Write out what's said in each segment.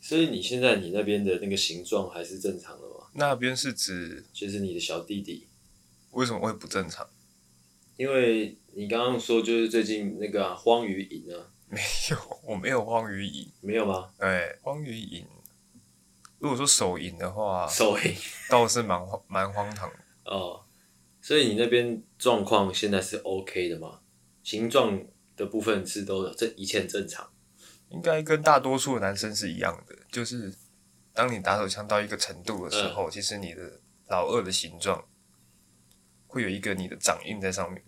所以你现在你那边的那个形状还是正常的吗？那边是指就是你的小弟弟，为什么会不正常？ 因为你刚刚说就是最近那个啊、荒鱼营啊，没有，我没有荒鱼瘾。没有吗？哎，荒鱼瘾，如果说手淫的话，手淫倒是蛮荒蛮荒唐的。哦，所以你那边状况现在是 OK 的吗？形状的部分是都这一切正常。应该跟大多数的男生是一样的，就是当你打手枪到一个程度的时嗯候，其实你的老二的形状会有一个你的掌印在上面，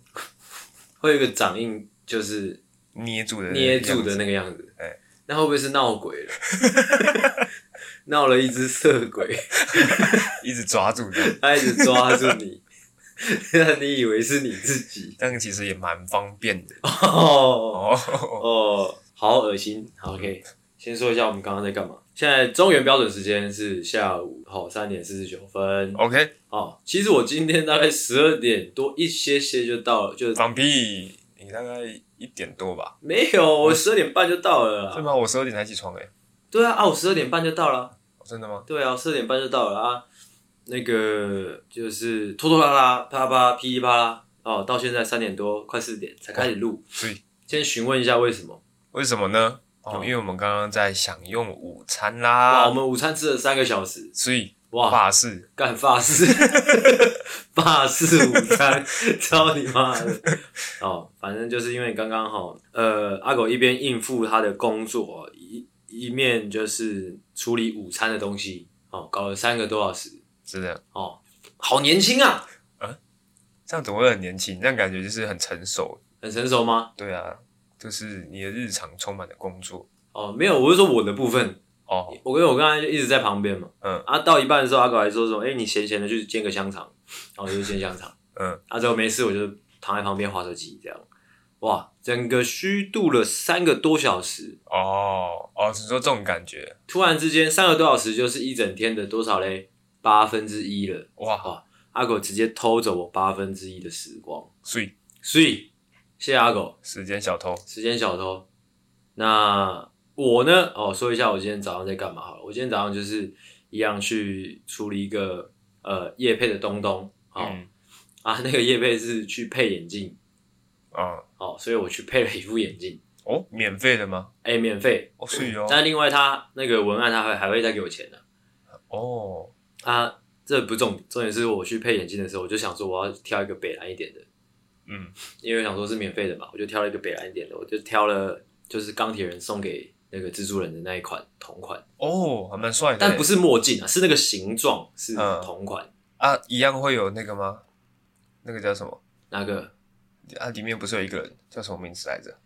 会有一个掌印，就是捏住的捏住的样子那个样子。哎那会不会是闹鬼了？ 闹了一只色鬼，一直抓住的， 他一直抓住你， 让你以为是你自己。但其实也蛮方便的哦哦。 哦，好恶心。好 OK，先说一下我们刚刚在干嘛。现在中原标准时间是下午好三点四十九分。 OK，哦，其实我今天大概十二点多一些些就到了，就放屁！你大概一点多吧？没有， 我十二点半就到了是啦。吗？我十二点才起床诶、欸哦对啊，啊，我十二点半就到了。真的吗？对啊，十二点半就到了啊。那个就是拖拖拉拉、啪啪噼里啪啦，哦，到现在三点多，快四点才开始录。所以先询问一下为什么？为什么呢？哦哦，因为我们刚刚在享用午哇，餐我啦，们午餐吃了三个小时，所以哇，法式干法式， 法式午餐， 操你妈的！哦，反正就是因为刚刚哈，呃，阿狗一边应付他的工作，一一面就是处理午餐的东西，哦，搞了三个多小时，是这样。哦，好年轻啊，这样怎么会很年轻？那样感觉就是很成熟。很成熟吗？对啊，就是你的日常充满了工作。哦，没有，我是说我的部分，哦，我跟我刚才就一直在旁边嘛，嗯啊，到一半的时候，阿狗还说什么，哎、你闲闲的去煎个香肠，然后我就去煎香肠，嗯，啊，之后没事我就躺在旁边划手机，这样，哇，整个虚度了三个多小时，哦，哦，你说这种感觉，突然之间三个多小时就是一整天的多少嘞？八分之一了，哇，哇阿狗直接偷走我八分之一的时光，所以所以谢谢阿狗，时间小偷，时间小偷。那我呢？哦，说一下我今天早上在干嘛好了。我今天早上就是一样去处理一个呃叶配的东东，哦、嗯，啊，那个叶配是去配眼镜，啊，哦，所以我去配了一副眼镜，哦，免费的吗？哎，免费。哦，所以哦，但另外他那个文案他还还会再给我钱的哦，啊，这不重点，重点是我去配眼镜的时候，我就想说我要挑一个北蓝一点的，嗯，因为我想说是免费的嘛，我就挑了一个北蓝一点的，我就挑了就是钢铁人送给那个蜘蛛人的那一款同款。哦，还蛮帅的，但不是是墨镜啊，是那个形状是嗯同款，啊，一样会有那个吗？那个叫什么？那个啊，里面不是有一个人叫什么名字来着？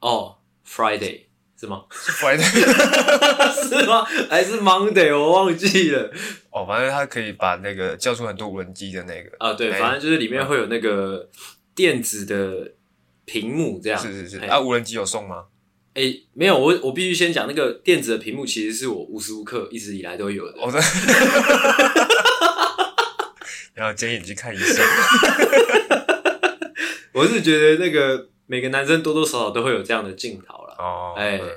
哦，Friday 是吗？ 反正是吗？还是 Monday？我忘记了 哦，反正他可以把那个叫出很多无人机的那个，啊。对，哎反正就是里面会有那个电子的屏幕这样。是是是，哎啊，无人机有送吗？哎、没有，我我必须先讲那个电子的屏幕，其实是我无时无刻一直以来都有的。我的， 然后建议你去看医生。我是觉得那个每个男生多多少少都会有这样的镜头啦。哦，哎、嗯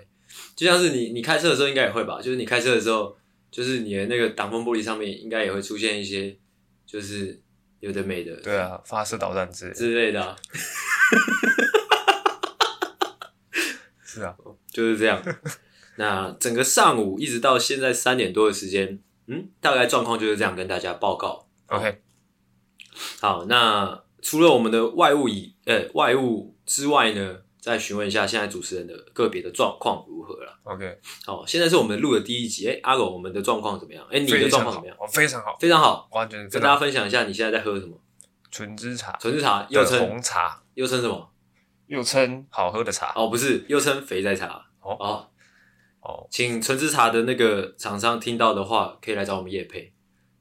就像是你你开车的时候应该也会吧，就是你开车的时候，就是你的那个挡风玻璃上面应该也会出现一些，就是有的没的，对，啊，发射导弹之类的，之类的啊、是啊，就是这 样。那整个上午一直到现在三点多的时间，嗯，大概状况就是这样跟大家报告。 OK，好，那除了我们的外务以呃外务之外呢，再询问一下现在主持人的个别的状况如何了。 OK，好，现在是我们录的第一集，哎、阿狗，我们的状况怎么样？哎、你的非状常况怎好么样？，哦非常好，非常好，完全非跟大家常好。分享一下你现在在喝什么？纯芝茶，纯制茶又的称红茶，又称什么？又称好喝的茶。哦，不是，又称肥仔茶。哦哦，哦，请纯制茶的那个厂商听到的话，可以来找我们叶配，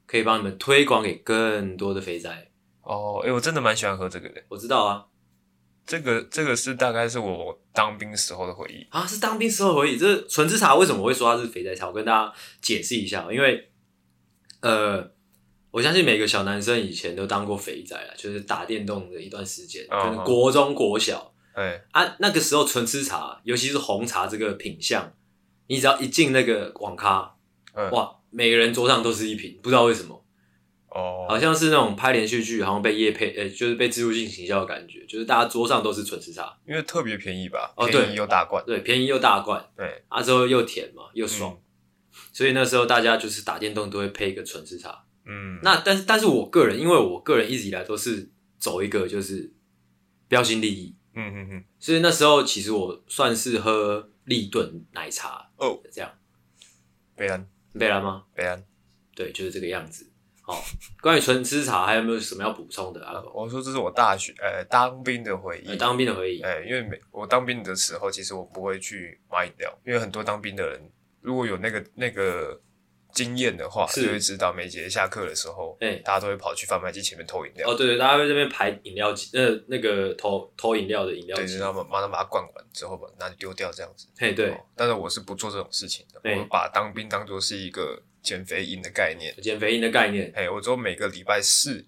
可以帮你们推广给更多的肥仔。哦，哎，我真的蛮喜欢喝这个的。我知道啊，这个这个是大概是我当兵时候的回忆。啊，是当兵时候而已。这纯制茶为什么会说它是肥仔茶？我跟大家解释一下，因为呃，我相信每个小男生以前都当过肥仔啦，就是打电动的一段时间，可嗯能国中、国小。哎，啊，那个时候纯吃茶，尤其是红茶这个品相，你只要一进那个网咖，嗯哇，每个人桌上都是一瓶，不知道为什么，哦，好像是那种拍连续剧，好像被业配，呃、就是被自助性行销的感觉，就是大家桌上都是纯吃茶，因为特别便宜吧，哦便对宜又大罐，对，便宜又大罐，对，嗯啊之后又甜嘛，又爽，所以那时候大家就是打电动都会配一个纯吃茶，嗯，那但是但是我个人，因为我个人一直以来都是走一个就是标新立异，嗯嗯嗯，所以那时候其实我算是喝立顿奶茶哦，这样，北安贝拉吗？北安，对，就是这个样子。好，关于纯吃茶还有没有什么要补充的阿狗？呃我说这是我大学呃当兵的回呃忆。当兵的回忆，哎、因为每我当兵的时候，其实我不会去买饮料，因为很多当兵的人如果有那个那个经验的话，是就会知道每节下课的时候，哎、大家都会跑去贩卖机前面偷饮料，哦对对，大家会这边排饮料机，呃那个投投饮料的饮料对，机然，后马上把它灌完之后把拿去丢掉这样子。嘿对，哦但是我是不做这种事情的，哎我把当兵当做是一个减肥营的概念。减肥营的概念。哎，我只有每个礼拜四，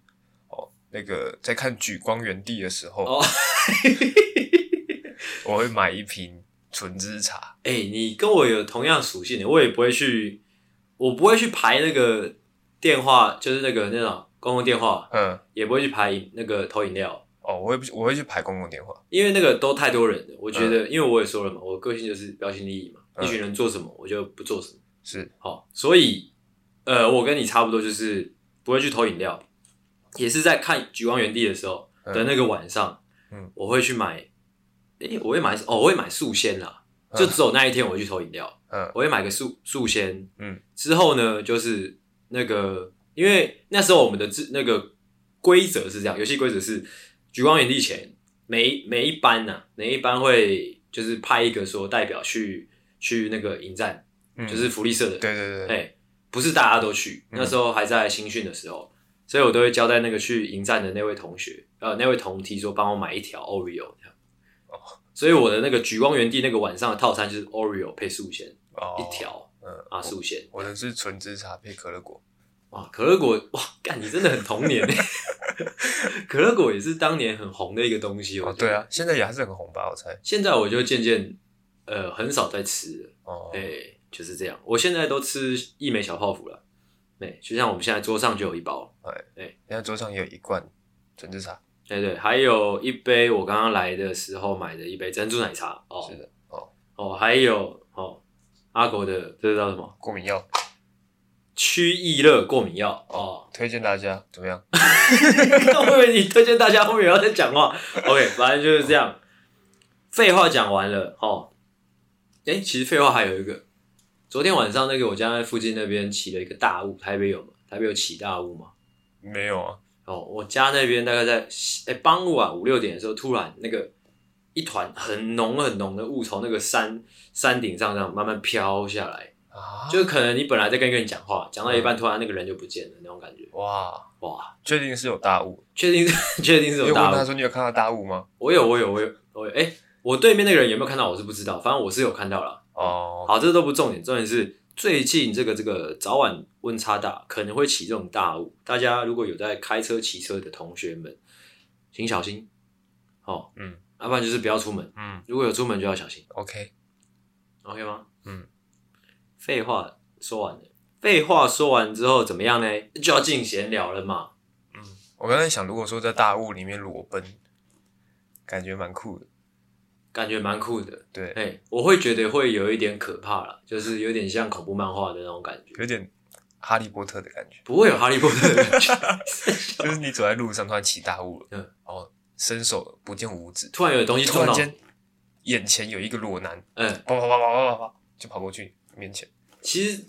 哦，那个在看《举光原地》的时候，哦我会买一瓶纯芝茶。哎、你跟我有同样属性的，我也不会去，我不会去排那个电话，就是那个那种公共电话，嗯，也不会去排饮那个投饮料，哦，我会不我会去排公共电话。因为那个都太多人了。我觉得，因为我也说了嘛，我个性就是标新立异嘛，嗯一群人做什么我就不做什么。是，好，所以呃，我跟你差不多，就是不会去投饮料，也是在看《橘光原地》的时候嗯的那个晚上，嗯，我会去买，诶、我会买哦，我会买素鲜啦，就只有那一天我会去投饮料。嗯我会买个素素鲜，嗯，之后呢，就是那个，因为那时候我们的制那个规则是这样，游戏规则是举光原地前，每一每一班呐、每一班会就是派一个说代表去去那个迎战，嗯，就是福利社的，对对对哎、对，不是大家都去，嗯那时候还在新训的时候，所以我都会交代那个去迎战的那位同学，呃，那位同梯说帮我买一条 Oreo 这样。哦所以我的那个举光原地那个晚上的套餐就是 Oreo 配素鲜，哦一，条嗯，啊素鲜。我的是纯芝茶配可乐果。哇，可乐果哇，干你真的很童 年耶可乐果也是当年很红的一个东西，我哦，觉得对。啊，现在也还是很红吧，我猜。现在我就渐渐呃很少在吃了，哦，哎、就是这样。我现在都吃一枚小泡芙了，哎、就像我们现在桌上就有一包，现在桌上也有一罐纯芝茶。对对，还有一杯我刚刚来的时候买的一杯珍珠奶茶哦是的，哦，哦，还有哦阿狗的这叫什么过敏药驱疫乐过敏药哦。 推荐大家怎么样？那我以为你推荐大家后面要再讲话。OK，反正就是这样。废话讲完了哦。哎、其实废话还有一个，昨天晚上那个我家那附近那边起了一个大雾，台北有吗？台北有起大雾吗？没有啊，哦，我家那边大概在哎、傍晚五六点的时候，突然那个一团很浓很浓的雾从那个山山顶上这样慢慢飘下来，啊，就是可能你本来在跟一个人讲话，讲到一嗯半突然那个人就不见了那种感觉。哇，哇，确定是有大雾。确定是 确定是有因为大问雾他。说你有看到大雾吗？我有，我有，我有，我有。哎、我对面那个人有没有看到？我是不知道，反正我是有看到了。哦，好，这都不重点，重点是最近这个这个早晚温差大，可能会起这种大雾。大家如果有在开车、骑车的同学们，请小心哦。嗯，要、不然就是不要出门。嗯如果有出门就要小心，OK， ，OK 吗？嗯，废话说完了，废话说完之后怎么样呢？就要进闲聊了嘛。嗯我刚才想，如果说在大雾里面裸奔，感觉蛮酷的。感觉蛮酷的，对，哎、我会觉得会有一点可怕了，就是有点像恐怖漫画的那种感觉。有点哈利波特的感觉，不会有哈利波特的感觉， 就是你走在路上突然起大雾了，嗯然后伸手不见五指，突然有东西突撞然到，间眼前有一个裸男，嗯，啪啪啪啪啪啪啪，就跑过去面前，其实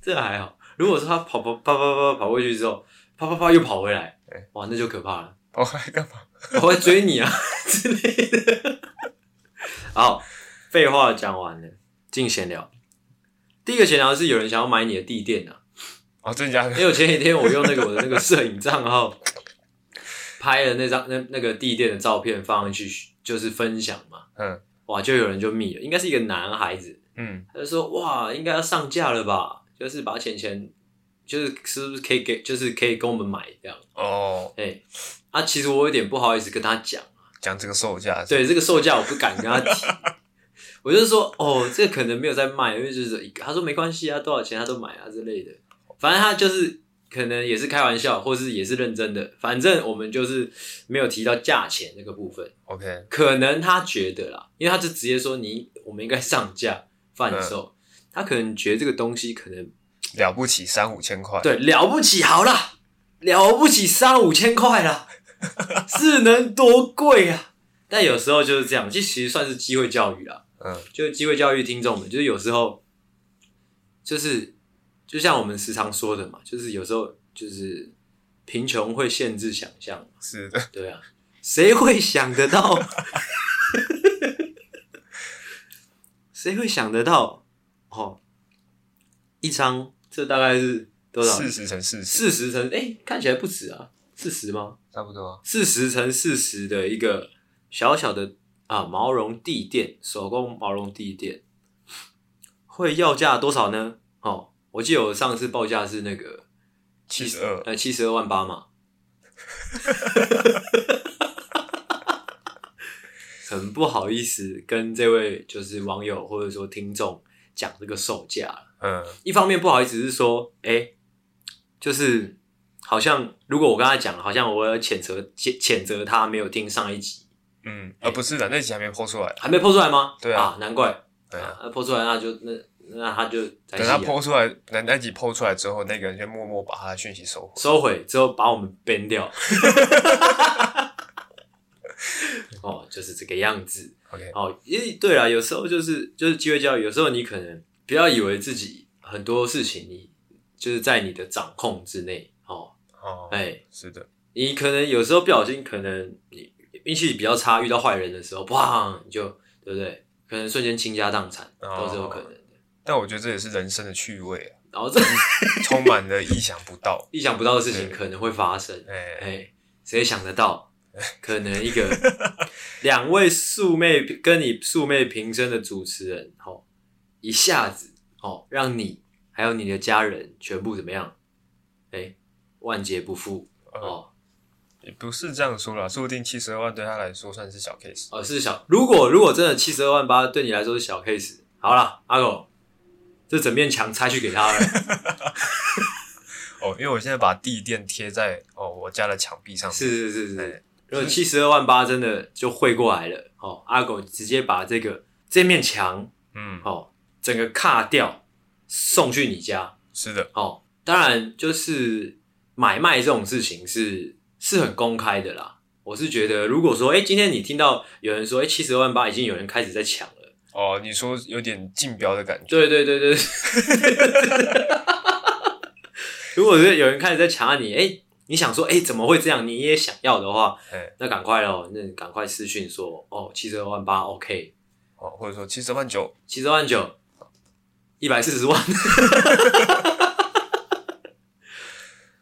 这还好。如果是他跑跑啪啪啪跑过去之后，啪啪啪又跑回来对，哇，那就可怕了，跑过来干嘛？我会追你啊之类的。好，废话讲完了，进闲聊。第一个闲聊是有人想要买你的地垫啊，哦，真的假因的？为我前几天我用那个我的那个摄影账号拍了那张那那个地垫的照片放上去，就是分享嘛，嗯哇，就有人就密了，应该是一个男孩子，嗯，他就说：“哇，应该要上架了吧？就是把钱钱，就是是不是可以给，就是可以跟我们买这样。哦，哎、啊，其实我有点不好意思跟他讲，讲这个售价，，对这个售价我不敢跟他提， 我就说哦，这可能没有在卖，因为就是一个。他说没关系啊，多少钱他都买啊之类的。反正他就是可能也是开玩笑，或是也是认真的。反正我们就是没有提到价钱这个部分， OK，可能他觉得啦，因为他就直接说你我们应该上架贩售，他可能觉得这个东西可能了不起三五千块，对了不起好啦，了不起三五千块啦，是能多贵啊？但有时候就是这样，这其实算是机会教育啦。嗯，就机会教育听众们，就是有时候，就是就像我们时常说的嘛，就是有时候就是贫穷会限制想象嘛，是的，对啊，谁会想得到？谁会想得到？哦，一张这大概是多少？四十乘四十，四十乘哎、看起来不止啊，四十吗？差不多。啊四十乘四十的一个小小的啊毛绒地垫，手工毛绒地垫，会要价多少呢？哦，我记得我上次报价是那个七十二，呃七十二万八嘛， 很不好意思跟这位就是网友或者说听众讲这个售价了嗯，一方面不好意思是说，哎、就是好像如果我跟他讲，好像我有谴责谴谴责他没有听上一集，嗯，呃，不是的，那集还没播出来。还没剖出来吗？对啊啊，难怪对啊，啊，剖出来那就那那他就再等他细啊播出来，等那集播出来之后，那个人就默默把他的讯息收回。收回之后把我们 ban 掉。 哦，就是这个样子。 OK，哦，因为对啦，有时候就是就是机会教育，有时候你可能不要以为自己很多事情你就是在你的掌控之内哦，哦，哎、是的，你可能有时候不小心，可能你运气比较差，遇到坏人的时候，砰，你就对不对？可能瞬间倾家荡产，哦都是有可能的。但我觉得这也是人生的趣味啊，然后这 充满了意想不到。意想不到的事情对可能会发生，哎，哎，谁想得到？可能一个两位素昧跟你素昧平生的主持人，哦，一下子哦，让你还有你的家人全部怎么样？哎，万劫不复呃，哦。也不是这样说啦，说不定七十二万对他来说算是小 case。哦，是小。如果如果真的七十二万八对你来说是小 case，好啦，阿狗，这整面墙拆去给他了。 哦，因为我现在把地垫贴在哦我家的墙壁上面。是是是哎是，如果七十二万八真的就汇过来了，哦，阿狗直接把这个这面墙嗯，哦整个卡掉，送去你家是的，哦。当然，就是买卖这种事情是是很公开的啦。我是觉得，如果说，哎、今天你听到有人说，哎、7七十万八已经有人开始在抢了。哦，你说有点竞标的感觉。对对对对。 如果是有人开始在抢你，哎、你想说，哎、怎么会这样？你也想要的话，哎，那赶快哦，那赶快私讯说，哦，七十二万八，OK，哦，或者说七十万九，七十万九，一百四十万，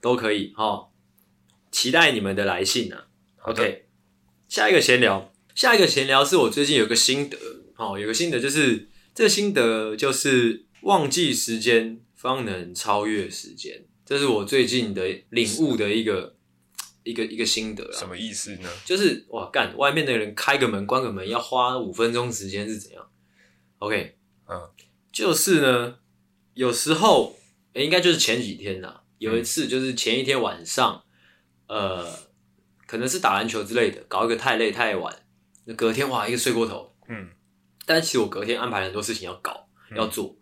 都可以哦。期待你们的来信啊。好的 OK，下一个闲聊，下一个闲聊是我最近有个心得哦，有个心得就是这个心得就是忘记时间方能超越时间，这是我最近的领悟的一个一个一个心得什啦。么意思呢？就是哇干，外面的人开个门关个门要花五分钟时间是怎样？OK，嗯，就是呢，有时候、诶应该就是前几天啦，有一嗯次就是前一天晚上，呃，可能是打篮球之类的，搞一个太累太晚，那隔天哇一个睡过头，嗯，但其实我隔天安排了很多事情要搞嗯要做、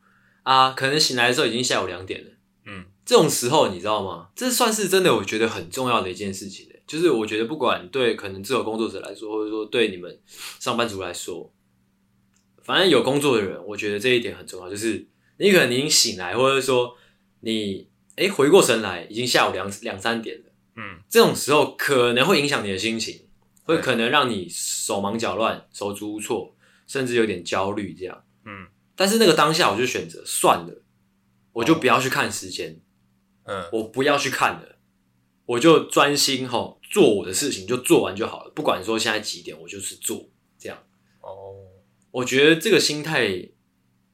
啊，可能醒来的时候已经下午两点了。嗯，这种时候你知道吗？这算是真的，我觉得很重要的一件事情、欸、就是我觉得不管对可能自由工作者来说，或者说对你们上班族来说，反正有工作的人，我觉得这一点很重要，就是你可能你醒来，或者说你哎、诶回过神来，已经下午两两三点了。嗯，这种时候可能会影响你的心情，会对可能让你手忙脚乱、手足无措，甚至有点焦虑这样。嗯，但是那个当下我就选择算了，我就不要去看时间，嗯，我不要去看了，我就专心吼做我的事情，就做完就好了。不管说现在几点，我就是做这样。哦，我觉得这个心态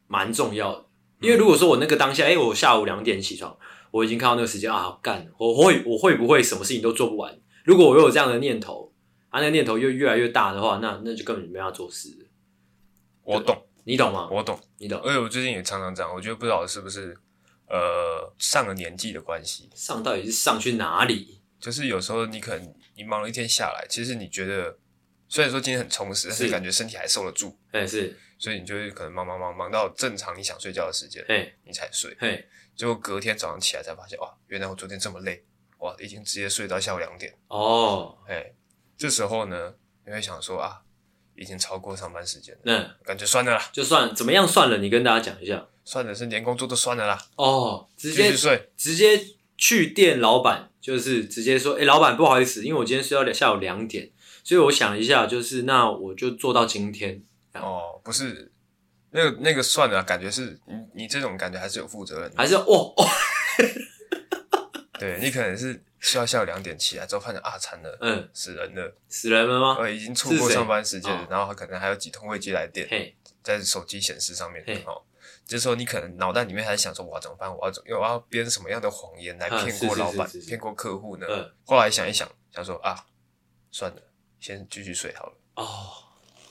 蛮重要的，因为如果说我那个当下，哎、我下午两点起床，我已经看到那个时间啊，干，我会我会不会什么事情都做不完？如果我有这样的念头，啊，那个念头又越来越大的话，那那就根本就没办法做事了。我懂。你懂吗？我懂，你懂？而且我最近也常常这样，我觉得不知道是不是呃上了年纪的关系，上到底是上去哪里？就是有时候你可能你忙了一天下来，其实你觉得虽然说今天很充实，但是是感觉身体还受得住，哎，是，所以你就会可能忙忙忙忙到正常你想睡觉的时间，哎，你才睡。嘿，结果隔天早上起来才发现，哇，原来我昨天这么累，哇，已经直接睡到下午两点。哦，哎，这时候呢，你会想说啊，已经超过上班时间了，那感觉算了啦，就算怎么样算了，你跟大家讲一下。算了，是连工作都算了啦，哦，直继接续睡。直接去店老板，就是直接说，哎、老板不好意思，因为我今天睡到下午两点，所以我想一下，就是那我就做到今天。哦，不是，那个那个算了啦，感觉是你你这种感觉还是有负责任的，还是哇哦，对你可能是睡到下午两点起来之后发现啊，惨了，嗯，死人了，死人了吗？呃，已经错过上班时间啊是了谁，啊然后可能还有几通未接来电，嘿，在手机显示上面嘿哦。这时候你可能脑袋里面还想说，哇，怎么办？我要怎么，我要编什么样的谎言来嗯骗是过是老是板是、是骗过客户呢？嗯，后来想一想，想说啊，算了，先继续睡好了。哦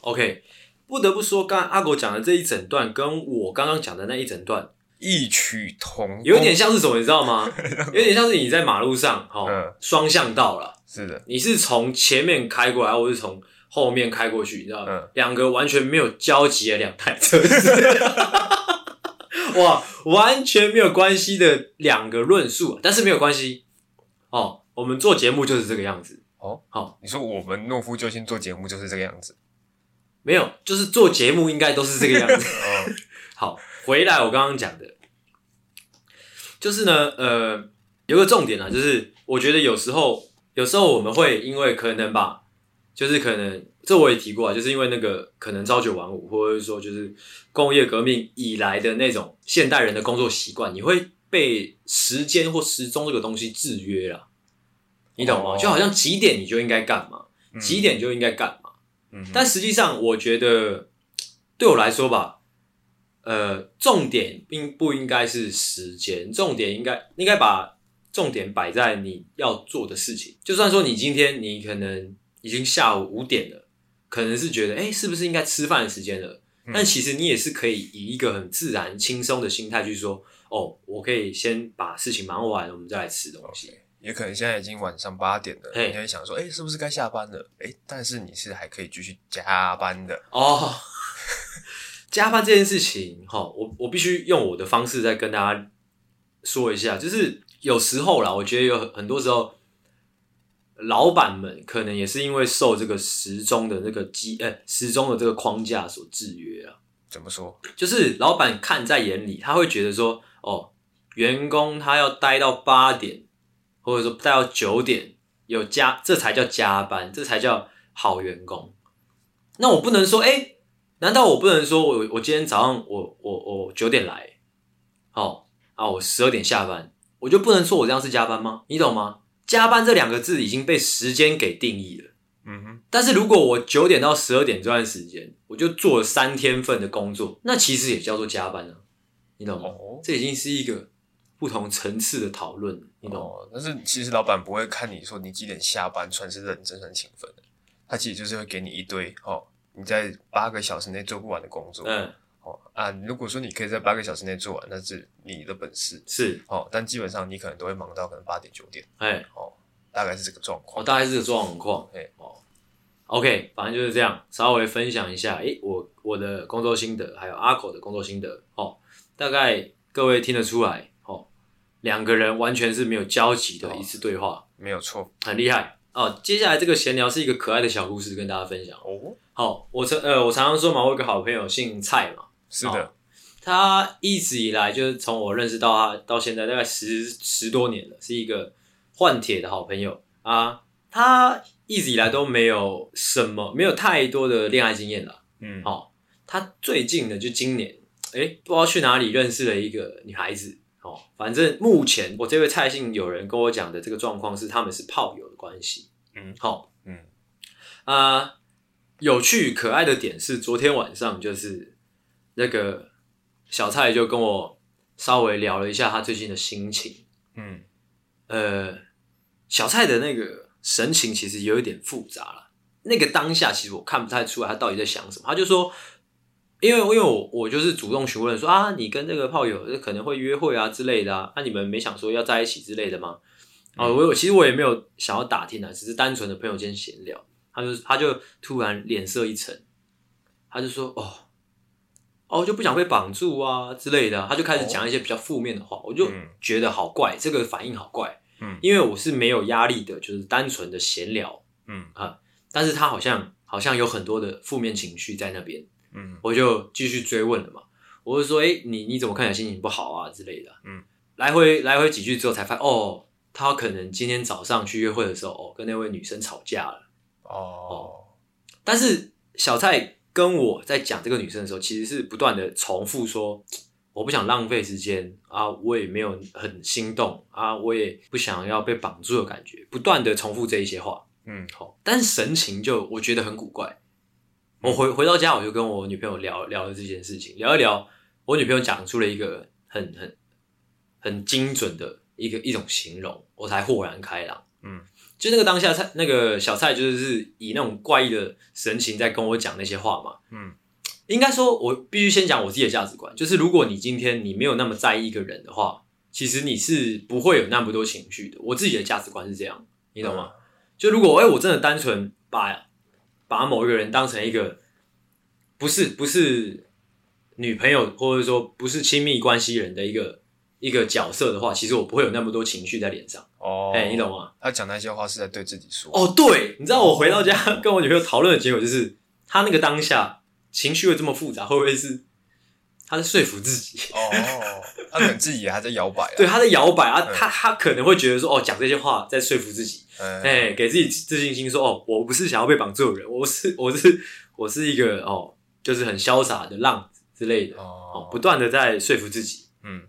，OK，不得不说，刚刚阿狗讲的这一整段，跟我刚刚讲的那一整段，异曲同工，有点像是什么，你知道吗？有点像是你在马路上，哦嗯，双向道了。是的，你是从前面开过来，我是从后面开过去，你知道吗嗯？两、个完全没有交集的两台车子， 哇，完全没有关系的两个论述，但是没有关系哦。我们做节目就是这个样子哦，好、你说我们懦夫救星做节目就是这个样子，没有，就是做节目应该都是这个样子。哦，好，回来我刚刚讲的，就是呢，呃，有个重点啊，就是我觉得有时候，有时候我们会因为可能吧，就是可能这我也提过啊，就是因为那个可能朝九晚五，或者是说就是工业革命以来的那种现代人的工作习惯，你会被时间或时钟这个东西制约啦，你懂吗？哦就好像几点你就应该干嘛，嗯几点就应该干嘛。嗯哼，但实际上，我觉得对我来说吧，呃，重点并不应该是时间，重点应该应该把重点摆在你要做的事情。就算说你今天你可能已经下午五点了，可能是觉得哎，诶是不是应该吃饭的时间了？嗯但其实你也是可以以一个很自然、轻松的心态去说，哦，我可以先把事情忙完，我们再来吃东西。也可能现在已经晚上八点了，嘿你会想说，哎、是不是该下班了？哎、但是你是还可以继续加班的，哦，加班这件事情，哈，我我必须用我的方式再跟大家说一下，就是有时候啦，我觉得有很很多时候，老板们可能也是因为受这个时钟的这个机，呃、时钟的这个框架所制约啊，怎么说？就是老板看在眼里，他会觉得说，哦，员工他要待到八点，或者说待到九点，有加这才叫加班，这才叫好员工。那我不能说，哎、难道我不能说我我今天早上我我我九点来，哦啊，我十二点下班，我就不能说我这样是加班吗？你懂吗？加班这两个字已经被时间给定义了。嗯哼，但是如果我九点到十二点这段时间，我就做了三天份的工作，那其实也叫做加班啊，你懂吗？哦，这已经是一个不同层次的讨论了，你懂吗？哦，但是其实老板不会看你说你几点下班，算是认真、算勤奋的，他其实就是会给你一堆哦，你在八个小时内做不完的工作，嗯，哦啊，如果说你可以在八个小时内做完，那是你的本事是，哦，但基本上你可能都会忙到可能八点九点，哦哎，大概是这个状我况。大概是这个状况，哎哎，哦，OK，反正就是这样，稍微分享一下，哎，我我的工作心得，还有阿口的工作心得，哦，大概各位听得出来，哦，两个人完全是没有交集哦的一次对话，没有错很厉害哦。接下来这个闲聊是一个可爱的小故事，跟大家分享。哦，好，我常呃，我常常说嘛，我有个好朋友姓蔡嘛，是哦的，他一直以来就是从我认识到他到现在大概十十多年了，是一个换铁的好朋友啊。他一直以来都没有什么，没有太多的恋爱经验啦。嗯，好、他最近呢，就今年，哎、不知道去哪里认识了一个女孩子。哦，反正目前我这位蔡姓友人跟我讲的这个状况是，他们是炮友的关系。嗯好、嗯，啊，有趣可爱的点是，昨天晚上就是那个小蔡就跟我稍微聊了一下他最近的心情。嗯，呃，小蔡的那个神情其实有一点复杂了。那个当下，其实我看不太出来他到底在想什么。他就说：“哎、因为因为我我就是主动询问说啊，你跟这个炮友可能会约会啊之类的啊，那、你们没想说要在一起之类的吗？啊，我有其实我也没有想要打听啊，只是单纯的朋友间闲聊。他就他就突然脸色一沉，他就说哦哦，我就不想被绑住啊之类的啊，他就开始讲一些比较负面的话，我就嗯觉得好怪，这个反应好怪，嗯因为我是没有压力的，就是单纯的闲聊，嗯但是他好像好像有很多的负面情绪在那边。嗯我就继续追问了嘛，我就说，哎、你你怎么看起来心情不好啊之类的，嗯，来回来回几句之后才发现，哦，他可能今天早上去约会的时候，哦，跟那位女生吵架了，哦但是小蔡跟我在讲这个女生的时候，其实是不断的重复说，我不想浪费时间啊，我也没有很心动啊，我也不想要被绑住的感觉，不断的重复这一些话，嗯好，但是神情就我觉得很古怪。我回回到家，我就跟我女朋友聊聊了这件事情，聊一聊。我女朋友讲出了一个很很很精准的一个一种形容，我才豁然开朗。嗯，就那个当下，蔡那个小蔡就是以那种怪异的神情在跟我讲那些话嘛。嗯应该说，我必须先讲我自己的价值观，就是如果你今天你没有那么在意一个人的话，其实你是不会有那么多情绪的。我自己的价值观是这样，你懂吗？就如果哎、我真的单纯把把某一个人当成一个不是不是女朋友，或者说不是亲密关系人的一个一个角色的话，其实我不会有那么多情绪在脸上。哦，哎、你懂吗？他讲那些话是在对自己说。哦，对，你知道我回到家 跟我女朋友讨论的结果就是，她那个当下情绪会这么复杂，会不会是她在说服自己？ 哦，他可能自己也还在摇摆啊。对，她在摇摆啊，嗯她她可能会觉得说，哦，讲这些话在说服自己，嗯，哎、给自己自信心说，哦，我不是想要被绑住的人，我是我是我是一个哦，就是很潇洒的浪子之类的，哦，哦，不断的在说服自己，嗯，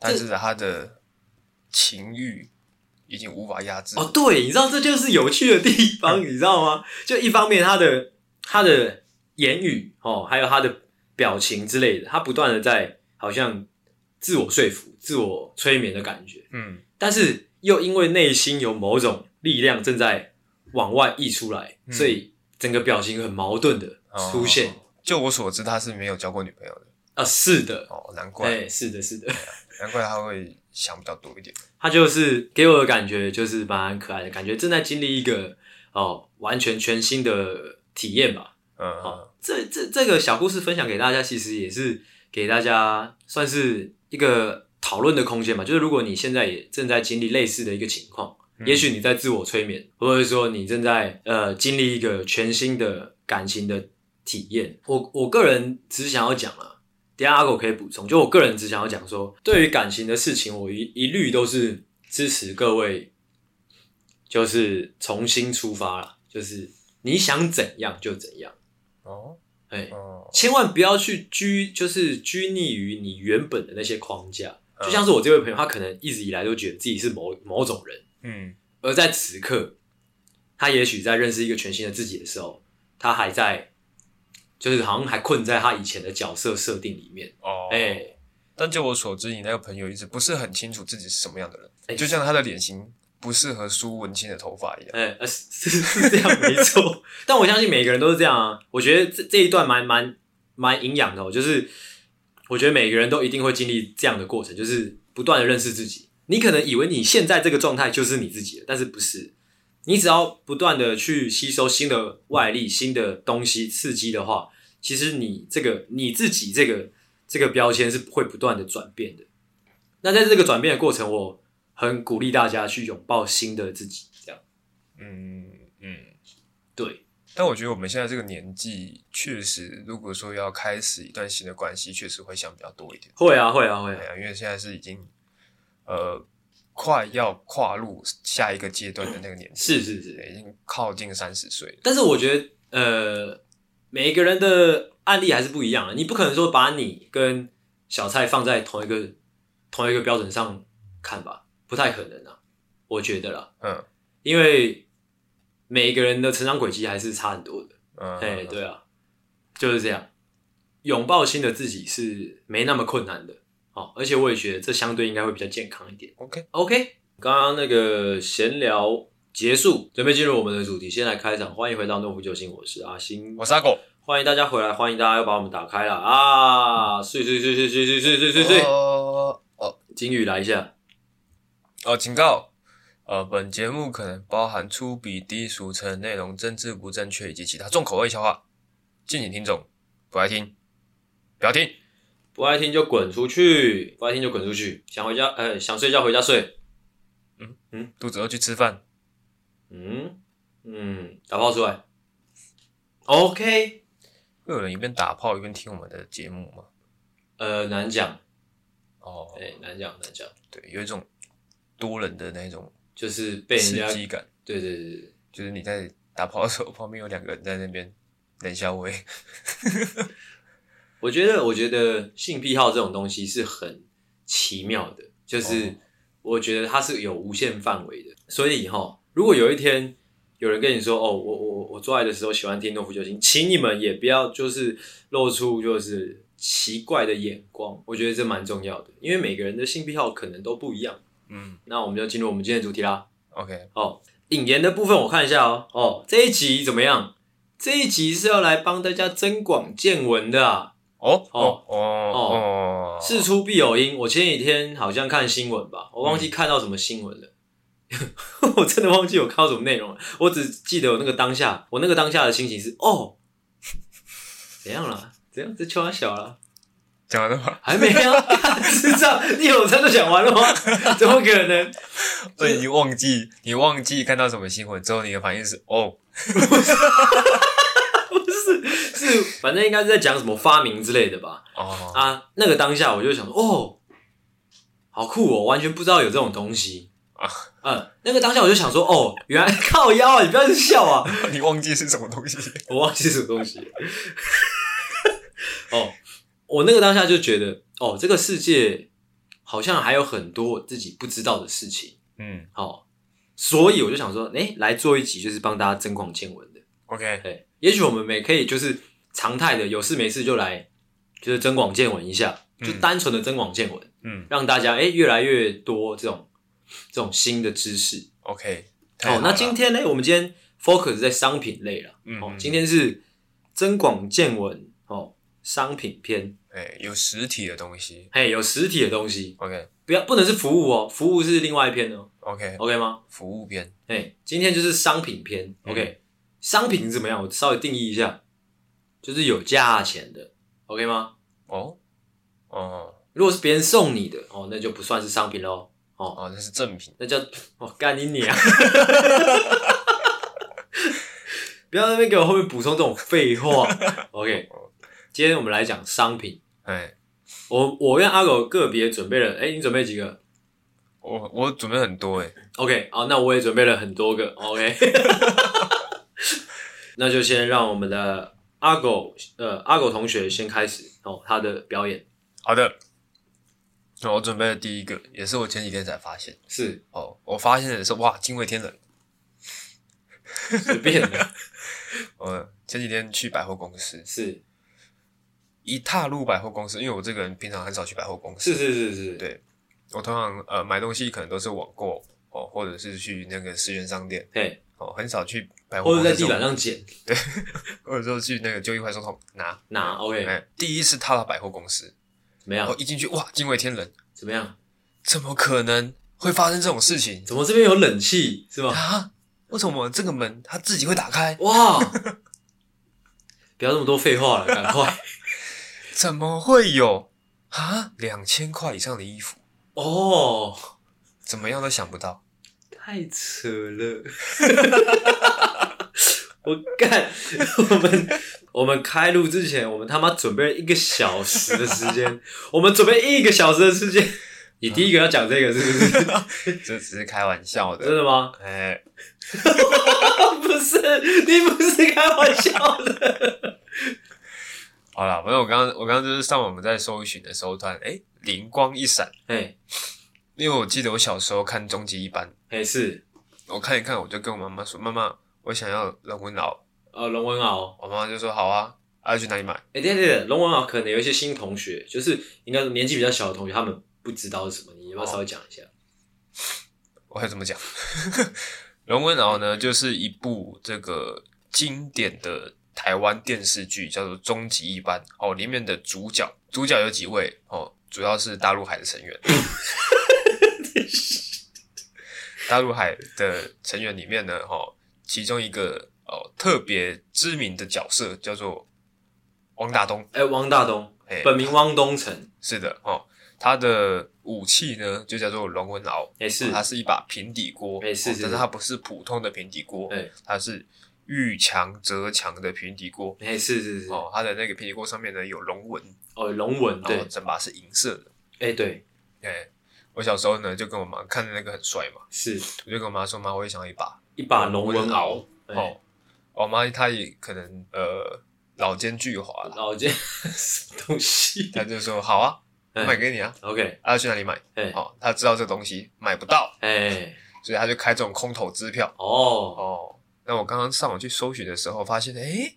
但是他的情欲已经无法压制。哦，对，你知道这就是有趣的地方，嗯你知道吗？就一方面他的他的言语哦，还有他的表情之类的，他不断的在好像自我说服、自我催眠的感觉，嗯但是又因为内心有某种力量正在往外溢出来，嗯所以整个表情很矛盾的哦出现。就我所知，他是没有交过女朋友的。啊，是的，哦，难怪，对，是的，是的， 难怪他会想比较多一点。他就是给我的感觉就是蛮可爱的，感觉正在经历一个哦完全全新的体验吧。嗯，好，这这这个小故事分享给大家，其实也是给大家算是一个讨论的空间嘛。就是如果你现在也正在经历类似的一个情况，嗯也许你在自我催眠，或者说你正在呃经历一个全新的感情的体验。我我个人只想要讲啊，等一下阿狗可以补充。就我个人只想要讲说，对于感情的事情，我一一律都是支持各位，就是重新出发了，就是你想怎样就怎样。哦哎，哦，千万不要去拘，就是拘泥于你原本的那些框架。嗯就像是我这位朋友，他可能一直以来都觉得自己是某某种人，嗯而在此刻，他也许在认识一个全新的自己的时候，他还在，就是好像还困在他以前的角色设定里面。哦，哎、但就我所知，你那个朋友一直不是很清楚自己是什么样的人，哎就像他的脸型不适合苏文清的头发一样。哎、呃是 是是这样没错，但我相信每个人都是这样啊。我觉得这这一段蛮蛮蛮营养的、哦，就是我觉得每个人都一定会经历这样的过程，就是不断的认识自己。你可能以为你现在这个状态就是你自己了，但是不是？你只要不断的去吸收新的外力、新的东西刺激的话，其实你这个你自己这个这个标签是会不断的转变的。那在这个转变的过程，我很鼓励大家去拥抱新的自己，这样嗯嗯，对。但我觉得我们现在这个年纪，确实如果说要开始一段新的关系，确实会想比较多一点。会啊，会啊，会哎啊，呀，因为现在是已经呃快要跨入下一个阶段的那个年纪，是是对是。已经靠近三十岁了。但是我觉得，呃，每一个人的案例还是不一样的，你不可能说把你跟小蔡放在同一个同一个标准上看吧，不太可能啊，我觉得啦，嗯因为每一个人的成长轨迹还是差很多的。嗯，哎，对啊，就是这样。拥抱新的自己是没那么困难的，哦，而且我也觉得这相对应该会比较健康一点。 ，OK， OK，刚刚那个闲聊结束，准备进入我们的主题。先来开场，欢迎回到诺夫救星，我是阿星我。是阿狗，欢迎大家回来，欢迎大家又把我们打开了啊！睡睡睡睡睡睡睡睡睡睡，哦金鱼来一下，哦，警告！呃，本节目可能包含粗鄙、低俗、成人内容、政治不正确以及其他重口味笑话，敬请听众不爱听，不要听。不爱听就滚出去，不爱听就滚出去，想回家，呃，想睡觉回家睡。肚子饿去吃饭，嗯嗯，打炮出来。OK，会有人一边打炮一边听我们的节目吗？呃，难讲，哦，哎、难讲难讲，对，有一种多人的那种就是被人刺家，激感，对对对对。就是你在打炮的时候，旁边有两个人在那边冷笑微，我觉得，我觉得性癖好这种东西是很奇妙的，就是哦我觉得它是有无限范围的。所以哈，如果有一天有人跟你说：“哦，我我我我做爱的时候喜欢听诺夫救星”，请你们也不要就是露出就是奇怪的眼光，我觉得这蛮重要的，因为每个人的性癖好可能都不一样。嗯那我们就进入我们今天的主题啦。 ，OK，哦，引言的部分我看一下哦。哦，这一集怎么样？这一集是要来帮大家增广见闻的啊。哦哦哦哦哦，事出必有因。我前几天好像看新闻吧，我忘记看到什么新闻了， 我真的忘记我看到什么内容了。我只记得我那个当下，我那个当下的心情是哦，怎样啦？怎样？这秋花小了，讲完了吗？ 还没啊？ 干智障！你有这就讲完了吗？ 怎么可能？所以你忘记你忘记看到什么新闻之后，你的反应是哦，是，反正应该是在讲什么发明之类的吧？哦，啊，那个当下我就想说，哦，好酷哦，完全不知道有这种东西啊。嗯，那个当下我就想说，哦，原来靠腰啊，你不要一直笑啊， 你忘记是什么东西？我忘记是什么东西了。哦，我那个当下就觉得，哦，这个世界好像还有很多我自己不知道的事情。嗯哦，所以我就想说，哎、来做一集就是帮大家增广见闻的。 ，OK，对，也许我们也可以就是常态的，有事没事就来，就是增广见闻一下，就嗯单纯的增广见闻。嗯让大家哎、诶越来越多这种这种新的知识。 ，OK，太好哦，那了今天呢，我们今天 focus 在商品类了。嗯哦嗯，今天是增广见闻哦，商品篇。哎有实体的东西嘿，有实体的东西， ，OK 不要不能是服务哦，服务是另外一篇哦。 OK， OK 吗？服务篇嘿，今天就是商品篇。嗯 OK，商品怎么样？我稍微定义一下，就是有价钱的。OK 吗？哦哦如果是别人送你的哦，那就不算是商品喽。哦，哦，那是正品，那叫我干你娘！ 不要在那边给我后面补充这种废 话。OK，今天我们来讲商品。哎，我我跟阿狗个别准备了，哎、你准备几个我我准备很多哎， ？OK，好，那我也准备了很多个。OK，那就先让我们的阿狗呃阿狗同学先开始哦他的表演。好的，那我准备的第一个也是我前几天才发现是哦，我发现的是哇，惊为天人，随便 的，我前几天去百货公司，是一踏入百货公司，因为我这个人平常很少去百货公司是，是是是，对我通常呃买东西可能都是网购哦，或者是去那个十元商店嘿，哦，很少去百货或公者司在地板，上捡或者说去那个就义快收桶拿。拿。OK，哎，第一次踏到百货公司，怎么然样后？一进去哇，惊为天人，怎么样？怎么可能会发生这种事情怎么这边有冷气 是吗？啊？为什么这个门它自己会打开？哇！不要那么多废话了，赶 快怎么会有啊？两千块以上的衣服，哦！怎么样都想不到。太扯了， 我干！我们我们开录之前，我们他妈准备了一个小时的时 间，我们准备一个小时的时间。你第一个要讲这个是 不是？这只是开玩笑真的。的吗？哎、哦不是，你不是开玩笑的。好啦，反正我刚刚我刚刚就是上网在搜寻的时候，突然哎、灵光一闪， 哎因为我记得我小时候看终极一班，哎是我看一看，我就跟我妈妈说：“妈妈，我想要龙纹袄。呃龙文敖”，我妈妈就说：“好啊，啊要去哪里买哎对对对，龙文敖可能有一些新同学，就是应该是年纪比较小的同学，他们不知道是什么，你要不要稍微讲一下？？”我还怎么讲？ 龙纹袄呢，就是一部这个经典的台湾电视剧，叫做《终极一班》哦，里面的主角主角有几位哦，主要是大陆海的成员。 大陆海的成员里面呢，哦，其中一个哦特别知名的角色叫做汪大东，哎、汪大东，哎、本名汪东城，是的哦，他的武器呢就叫做龙纹鳌，哎、是，它哦是一把平底锅，哎是哦是但是是它不是普通的平底锅，哎它是遇强则强的平底锅。哎、是是是，哦，它的那个平底锅上面呢有龙纹，哦，龙纹，对然后，整把是银色的。哎、对，哎，我小时候呢就跟我妈看的那个很帅嘛，是我就跟我妈说：“妈，我也想要一把。一把龙纹鳌鳌，哎哦，我妈她也可能呃老奸巨猾了，老剑 什么东西她就说：“好啊，我买哎给你啊。 ？OK，啊”要去哪里买？哎哦，她知道这东西买不到，哎、所以她就开这种空头支票。哦，哦，那我刚刚上网去搜寻的时候，发现诶，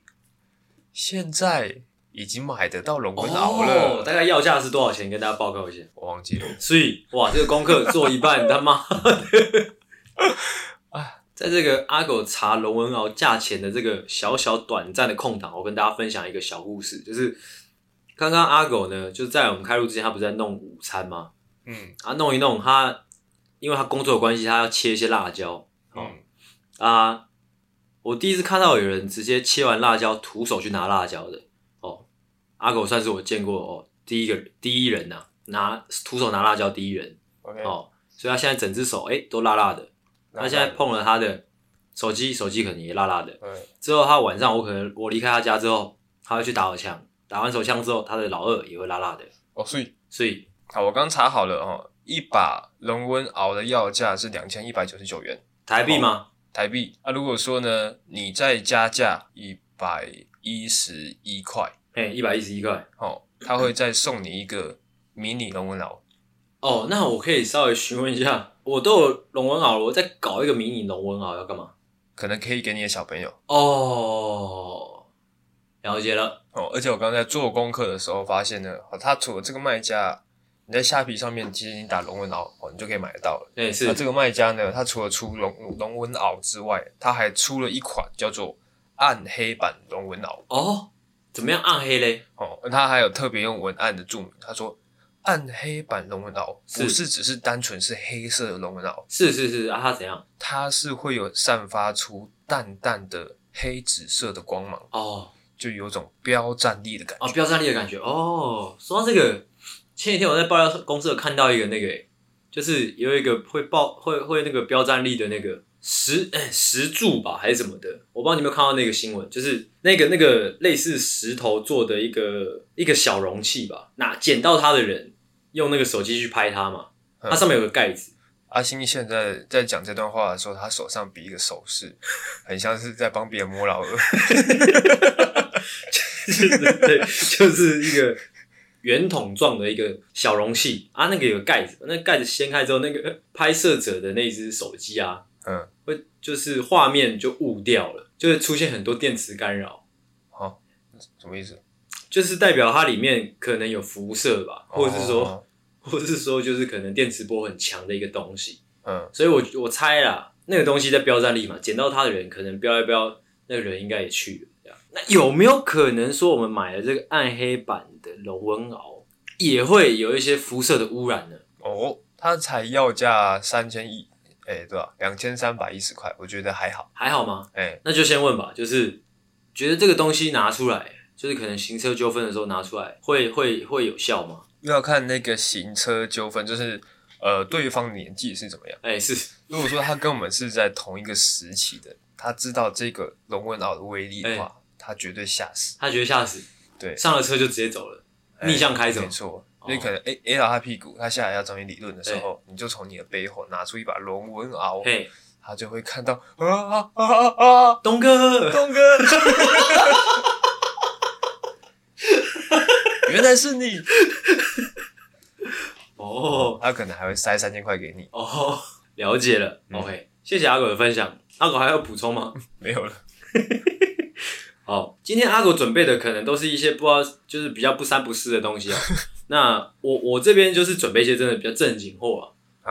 现在已经买得到龙纹鳌了，哦，大概要价是多少钱？跟大家报告一下。我忘记了。所以哇，这个功课做一半，他妈 哎啊！在这个阿狗查龙纹鳌价钱的这个小小短暂的空档，我跟大家分享一个小故事，就是刚刚阿狗呢，就在我们开录之前，他不是在弄午餐吗？嗯啊，弄一弄他，因为他工作的关系，他要切一些辣椒嗯，啊。我第一次看到有人直接切完辣椒，徒手去拿辣椒的哦。阿狗算是我见过哦第一个第一人呐、拿徒手拿辣椒第一人。 ，OK，哦，所以他现在整只手哎、都辣辣的。那他现在碰了他的手机，手机可能也辣辣的。嗯之后他晚上我可能我离开他家之后，他会去打手枪，打完手枪之后，他的老二也会辣辣的。哦，所以所以好，我刚查好了哦，一把龙纹鳌的要价是两千一百九十九元台币吗？台币。啊，如果说呢，你再加价一百一十一块，哎、一百一十一块。哦，他会再送你一个迷你龙纹鳌。哦，那我可以稍微询问一下，我都有龙纹鳌了，我再搞一个迷你龙纹鳌要干嘛？可能可以给你的小朋友哦，了解了。哦，而且我刚才做功课的时候发现呢，哦，他除了这个卖家，你在虾皮上面其实你打龙纹鳌哦，你就可以买得到了。哎、是那这个卖家呢，他除了出龙龙纹鳌之外，他还出了一款叫做暗黑版龙纹鳌哦，怎么样暗黑嘞？哦，他还有特别用文案的注明，他说暗黑版龙纹鳌是不是只是单纯是黑色的龙纹鳌，是是是啊，他怎样？它是会有散发出淡淡的黑紫色的光芒，哦，就有种标战力的感觉。啊，标战力的感觉哦。说到这个，前几天我在爆料公社看到一个那个、就是有一个会爆会会那个标战力的那个石哎石柱吧还是什么的，我不知道你有没有看到那个新闻，就是那个那个类似石头做的一个一个小容器吧，那捡到它的人用那个手机去拍它嘛，嗯它上面有个盖子，阿星现在在讲这段话的时候，他手上比一个手势，很像是在帮别人摸老二。 对，就是一个圆筒状的一个小容器啊，那个有个盖子，那个盖子掀开之后，那个呃拍摄者的那只手机啊，嗯，会就是画面就雾掉了，就会出现很多电磁干扰，什么意思？就是代表它里面可能有辐射吧，或者是说，哦，或者是说就是可能电磁波很强的一个东西，嗯，所以我我猜啦，那个东西在标战力嘛，捡到它的人可能标一标，那个人应该也去了。这样那有没有可能说我们买了这个暗黑版的龙纹鳌，也会有一些辐射的污染呢？哦，他才要价三千一，哎，对吧？两千三百一十块，我觉得还好。还好吗？哎，那就先问吧，就是觉得这个东西拿出来，就是可能行车纠纷的时候拿出来，会会会有效吗？又要看那个行车纠纷，就是呃，对方年纪是怎么样。哎、是，如果说他跟我们是在同一个时期的，他知道这个龙纹鳌的威力哎的话，他绝对吓死。他觉得吓死，对哎上了车就直接走了，逆向开哦走没。错。所以可能 A A 到他屁股，他下来要找你理论的时候，你就从你的背后拿出一把龙纹鳌，嘿，他就会看到啊啊啊啊啊，东哥，东 哥，原来是你，哦他可能还会塞三千块给你，哦，了解了、嗯 o k 谢谢阿狗的分享。阿狗还要补充吗？没有了。好，今天阿狗准备的可能都是一些不知道，就是比较不三不四的 东西啊。那我我这边就是准备一些真的比较正经货啊，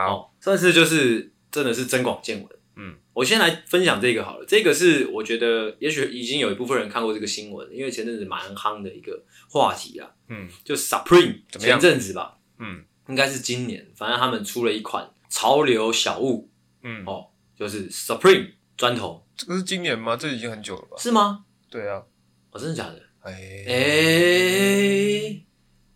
好，哦，算是就是真的是增广见闻。嗯，我我先来分享这个好了，这个是我觉得也许已经有一部分人看过这个新闻，因为前阵子蛮夯的一个话题啊，嗯就 Supreme 怎么样前阵子吧，嗯应该是今年，反正他们出了一款潮流小物嗯，哦，就是 Supreme 砖头这个是今年吗？这已经很久了吧？是吗？对啊，哦，真的假的？哎哎、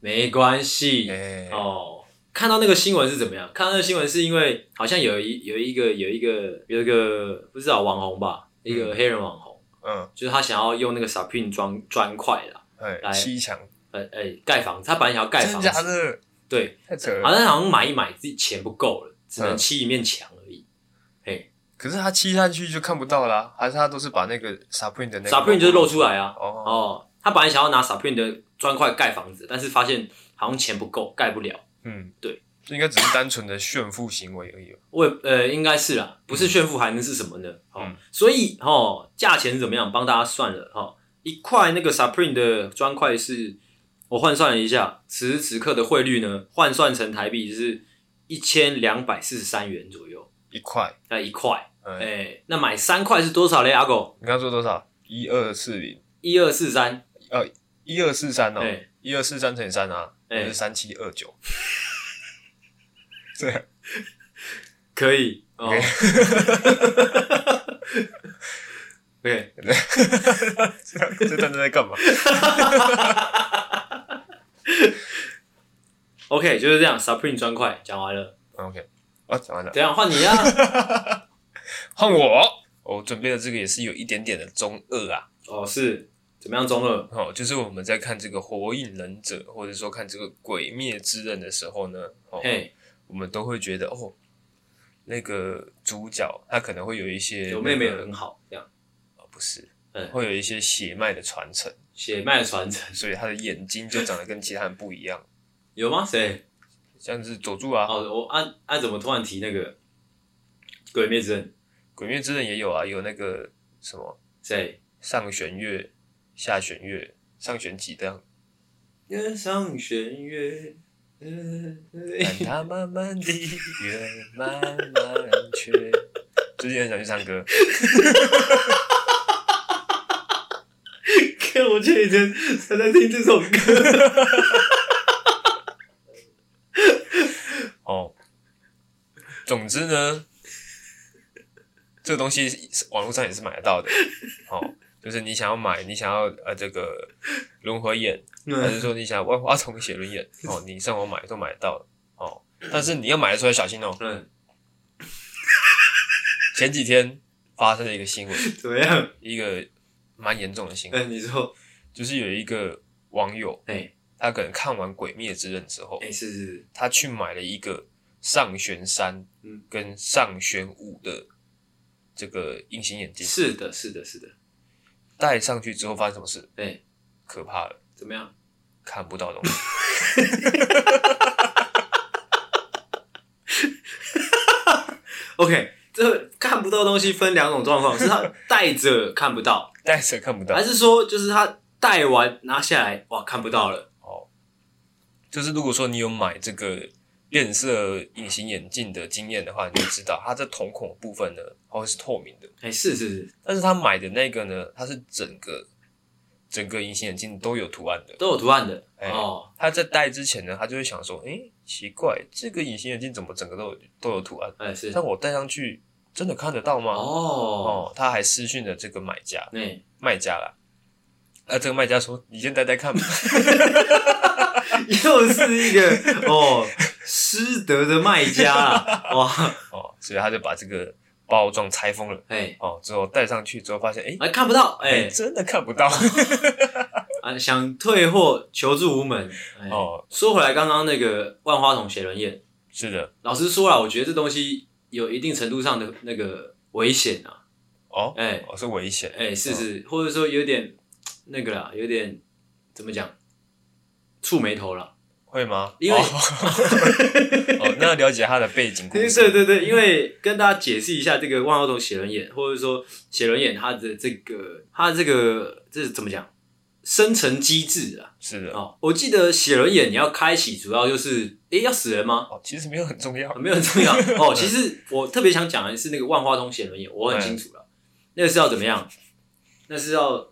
没关系，哎哦，看到那个新闻是怎么样？看到那个新闻是因为好像有一有一个有一个有一个不知道网红吧，一个黑人网红，嗯就是他想要用那个 Supreme 砖砖块啦，来哎，七强，呃哎、盖房子，他本来想要盖真房假子，啊的？对，太扯好了！像好像买一买自己钱不够了，只能嗯砌一面墙而已。嘿可是他漆上去就看不到啦，还是他都是把那个 Supreme 的那个 Supreme 就是露出来啊，哦哦，他本来想要拿 Supreme 的砖块盖房子，但是发现好像钱不够，盖不了。嗯，对，应该只是单纯的炫富行为而已吧。哦我也呃，应该是啦，不是炫富还能是什么呢？哦，嗯所以哦，价钱怎么样？帮大家算了哈、哦，一块那个 Supreme 的砖块是，我换算了一下，此时此刻的汇率呢，换算成台币就是一千两百四十三元左右，一块，那一块，哎、嗯，那买三块是多少嘞？阿狗，你刚刚说多少？一二四零，一二四三，一二四三哦，哎一二四三乘以三啊，哎也是三七二九。 对啊，可以哦。 OK OK，这样这单子 在干嘛？ OK，就是这样。Supreme 砖块讲完了，嗯 OK，啊，讲完了，怎样换 你啊？换我。哦我准备的这个也是有一点点的中二啊，哦，是怎么样？中二，哦，就是我们在看这个《火影忍者》或者说看这个《鬼灭之刃》的时候呢，哦，嘿，我们都会觉得哦，那个主角他可能会有一些有妹妹那个很好，这样哦不是，嗯会有一些血脉的传承，血脉传承所以他的眼睛就长得跟其他人不一样，有吗？谁？像是佐助啊，哦，我按按怎么突然提那个《鬼灭之刃》？鬼灭之刃》也有啊，有那个什么谁？上弦月、下弦月、上弦几这样，月上弦月，呃让它慢慢地 圆，慢慢缺。最近很想去唱歌，看我前几天才在听这首歌。哦，总之呢，这个东西是网络上也是买得到的。哦，就是你想要买，你想要呃这个轮回眼，嗯还是说你想要万花筒写轮眼，哦，你上网买都买得到了。哦，但是你要买的时候要小心哦。嗯，前几天发生了一个新闻，怎么样？一个蛮严重的新嗯，闻，你说，就是有一个网友，哎、他可能看完《鬼灭之刃》之后哎、，是是是，他去买了一个上玄三嗯跟上玄五的这个隐形眼镜，是的，是的，是的，戴上去之后发生什么事？哎、可怕了，怎么样？看不到东西。 OK，这看不到东西分两种状况，是他戴着看不到，戴着看不到还，是说就是他戴完拿下来，哇，看不到了？哦就是如果说你有买这个变色隐形眼镜的经验的话，你就知道它这瞳孔的部分呢，它会是透明的。哎、是是是，但是他买的那个呢，它是整个整个隐形眼镜都有图案的。都有图案的、哎哦。他在戴之前呢，他就会想说，诶、奇怪，这个隐形眼镜怎么整个都有都有图案？哎、是但我戴上去真的看得到吗？哦，哎哦他还私讯了这个买家那、卖家啦。啊，这个卖家说：“你先戴戴看吧。又是一个哦失德的卖家啊！ 哇，”哦，所以他就把这个包装拆封了。哎、哦，之后戴上去之后发现，哎、哎看不到，哎、哎、真的看不到。啊，想退货求助无门。哎哦，说回来，刚刚那个万花筒写轮眼，是的，老实说了，我觉得这东西有一定程度上的那个危险啊，哦，哎、哦是危险。哎、是是，或者说有点那个啦，有点怎么讲，触眉头啦。会吗？ 因为哦哦，那要了解他的背景故对对事。对对，因为跟大家解释一下这个万花筒写轮眼，或者说写轮眼它的这个它这个这是怎么讲？生成机制啊。是的，哦，我记得写轮眼你要开启，主要就是诶、要死人吗？哦，其实没有很重要，没有很重要哦。其实我特别想讲的是那个万花筒写轮眼，我很清楚了，那个是要怎么样？那是要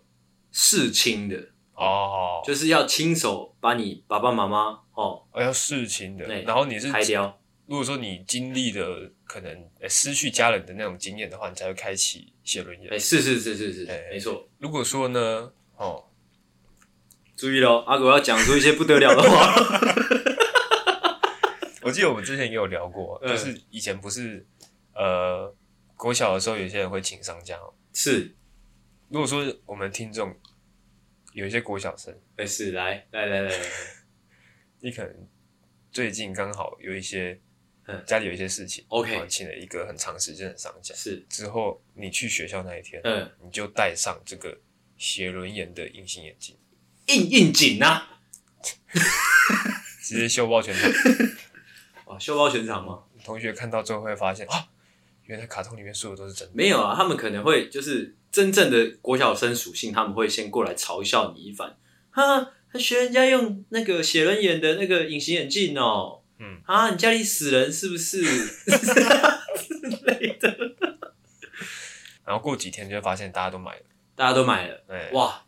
试亲的，哦，就是要亲手把你爸爸妈妈哦哦要事情的对，然后你是开掉。如果说你经历的可能、呃失去家人的那种经验的话，你才会开启写轮哎、眼。是是是是是，哎没错。如果说呢，哦，哎注意喽，阿狗要讲出一些不得了的话。 我记得我们之前也有聊过，嗯就是以前不是呃国小的时候，有些人会请丧假、哦。是，如果说我们听众有一些国小生，哎、是，来来来来，来你可能最近刚好有一些嗯家里有一些事情 OK 然后请了一个很长时间的丧假，是，之后你去学校那一天，嗯，你就戴上这个斜轮眼的隐形眼镜，应应景啊呐、直接修爆全场。啊，修包全场吗？ 同学看到之后会发现啊，原来卡通里面所有都是真的。没有啊，他们可能会就是真正的国小生属性，他们会先过来嘲笑你一番，哈，他学人家用那个写轮眼的那个隐形眼镜哦，嗯，啊，你家里死人是不是？ 然后过几天就会发现大家都买了，大家都买了，哎，，哇，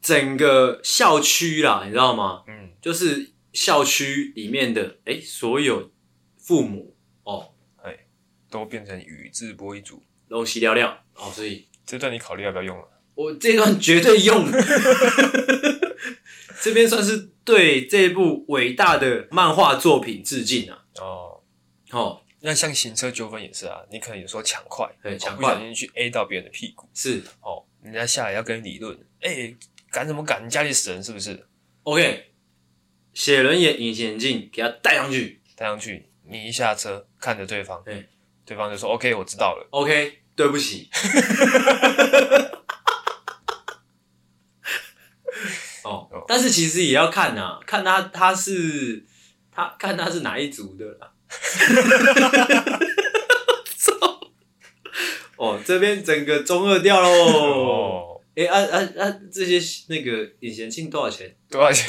整个校区啦，你知道吗？嗯，就是校区里面的哎、诶所有父母哦，哎都变成宇智波一族。东西聊聊哦，所以这段你考虑要不要用了？我这段绝对用。 这边算是对这部伟大的漫画作品致敬啊！哦，哦，那像行车纠纷也是啊，你可能有时候抢快，对哦抢不快小心去 A 到别人的屁股，是哦，人家下来要跟你理论，哎，赶什么赶？你家里死人是不是？ OK，写轮眼隐形眼镜给它戴上去戴上去，你一下车看着对方，对，对方就说 OK，我知道了， ，OK，对不起。 哦哦，但是其实也要看呐、看他他是他看他是哪一族的啦。 哦，这边整个中二掉喽。哦，哎、啊啊啊！这些那个隐形镜多少钱？多少钱？